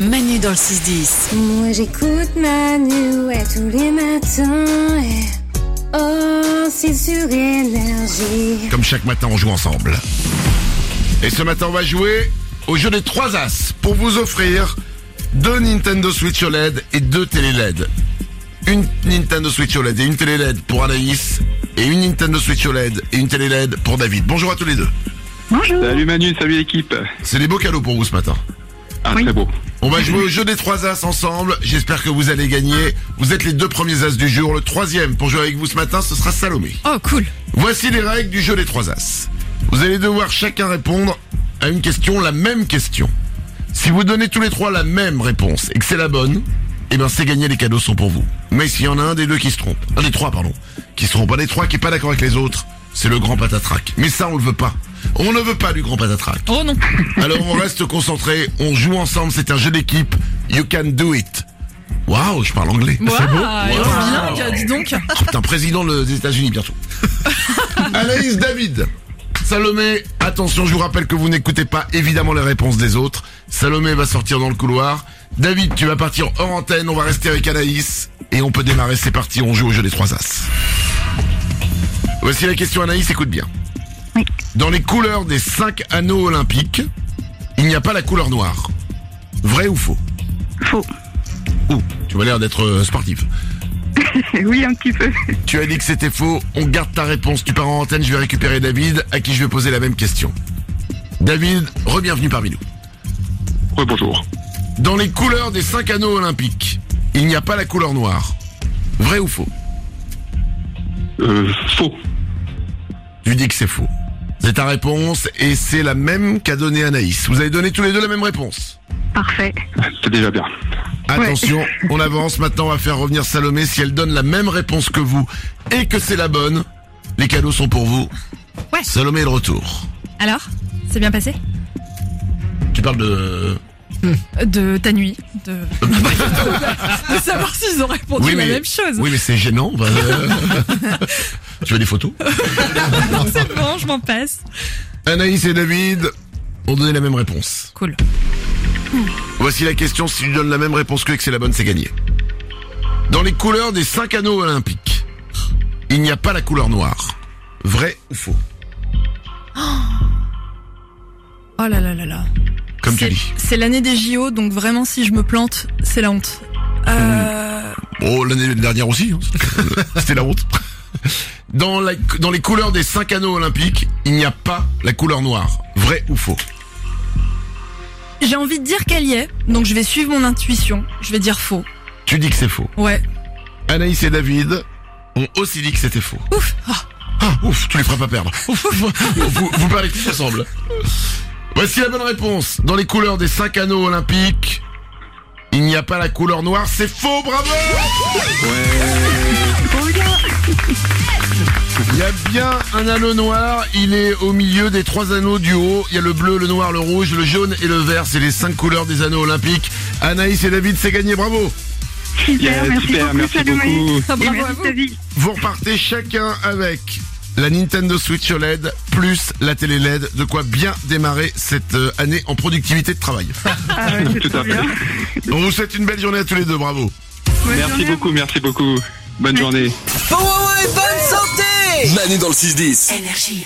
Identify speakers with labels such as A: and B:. A: Manu dans le 6-10.
B: Moi j'écoute Manu ouais, tous les matins. et Oh, c'est sur énergie.
C: Comme chaque matin, on joue ensemble. Et ce matin, on va jouer au jeu des 3 As pour vous offrir deux Nintendo Switch OLED et deux télé LED. Une Nintendo Switch OLED et une télé LED pour Anaïs et une Nintendo Switch OLED et une télé LED pour David. Bonjour à tous les deux.
D: Salut Manu, salut l'équipe.
C: C'est des beaux cadeaux pour vous ce matin.
D: Ah, très beau.
C: On va jouer au jeu des trois as ensemble. J'espère que vous allez gagner. Vous êtes les deux premiers as du jour. Le troisième pour jouer avec vous ce matin, ce sera Salomé.
A: Oh, cool.
C: Voici les règles du jeu des trois as. Vous allez devoir chacun répondre à une question, la même question. Si vous donnez tous les trois la même réponse et que c'est la bonne, eh ben c'est gagné, les cadeaux sont pour vous. Mais s'il y en a un des deux qui se trompe, un des trois pardon, qui se trompe, un des trois qui est pas d'accord avec les autres, c'est le grand patatrac. Mais ça on le veut pas. On ne veut pas du grand patatrac.
A: Oh non.
C: Alors on reste concentré, on joue ensemble, c'est un jeu d'équipe. You can do it. Waouh, je parle anglais.
A: Waouh, ils sont bien, dis donc.
C: Oh, putain, président le- des États-Unis bientôt. Anaïs David. Salomé, attention, je vous rappelle que vous n'écoutez pas évidemment les réponses des autres. Salomé va sortir dans le couloir. David, tu vas partir hors antenne, on va rester avec Anaïs. Et on peut démarrer, c'est parti, on joue au jeu des trois as. Voici la question Anaïs, écoute bien. Dans les couleurs des cinq anneaux olympiques, il n'y a pas la couleur noire. Vrai ou faux
E: Faux.
C: Ouh, tu m'as l'air d'être euh, sportif.
E: Oui, un petit peu.
C: Tu as dit que c'était faux, on garde ta réponse, tu pars en antenne, je vais récupérer David, à qui je vais poser la même question. David, re-bienvenue parmi nous.
D: Rebonjour.
C: Dans les couleurs des cinq anneaux olympiques, il n'y a pas la couleur noire. Vrai ou faux
D: Euh, faux.
C: Tu dis que c'est faux. C'est ta réponse et c'est la même qu'a donnée Anaïs. Vous avez donné tous les deux la même réponse.
E: Parfait.
D: C'est déjà bien.
C: Attention, on avance maintenant, on va faire revenir Salomé. Si elle donne la même réponse que vous et que c'est la bonne, les cadeaux sont pour vous.
A: Ouais.
C: Salomé est de retour.
A: Alors, c'est bien passé
C: Tu parles de...
A: De ta nuit. De, de savoir s'ils ont répondu
C: Oui,
A: la
C: mais-
A: même chose.
C: Oui, mais c'est gênant. bah, euh, tu veux des photos
A: Non, c'est bon, je m'en passe.
C: Anaïs et David ont donné la même réponse.
A: Cool.
C: Voici la question, si tu donnes la même réponse que et que c'est la bonne, c'est gagné. Dans les couleurs des cinq anneaux olympiques, il n'y a pas la couleur noire. Vrai ou faux
A: Oh là là là là.
C: Comme tu
A: C'est-
C: dis.
A: C'est l'année des JO, donc vraiment, si je me plante, c'est la honte. Euh,
C: Oh, l'année dernière aussi, hein, c'était- c'était la honte. Dans, la- dans les couleurs des cinq anneaux olympiques, il n'y a pas la couleur noire. Vrai ou faux
A: J'ai envie de dire qu'elle y est, donc je vais suivre mon intuition. Je vais dire faux.
C: Tu dis que c'est faux.
A: Ouais.
C: Anaïs et David ont aussi dit que c'était faux.
A: Ouf. Ah.
C: Ah, ouf, tu les feras pas perdre. Ouf, vous, vous parlez tous ensemble. Voici la bonne réponse. Dans les couleurs des cinq anneaux olympiques, il n'y a pas la couleur noire. C'est faux, bravo Il y a bien un anneau noir. Il est au milieu des trois anneaux du haut. Il y a le bleu, le noir, le rouge, le jaune et le vert. C'est les cinq couleurs des anneaux olympiques. Anaïs et David, c'est gagné, bravo
E: Super,
D: Yeah,
E: merci
D: super,
E: beaucoup,
D: merci
E: Salomé.
D: beaucoup.
A: Ah,
E: Et
A: bravo à
E: merci,
A: vous.
E: David.
C: Vous repartez chacun avec la Nintendo Switch OLED plus la télé LED, de quoi bien démarrer cette euh, année en productivité de travail.
E: Ah, ouais, c'est
D: Tout
E: trop
D: à fait.
E: bien.
C: On vous souhaite une belle journée à tous les deux, bravo.
E: Bonne
D: Merci
E: journée à
D: beaucoup, merci beaucoup. Bonne journée.
F: Manu dans le 6-10.
A: Énergie.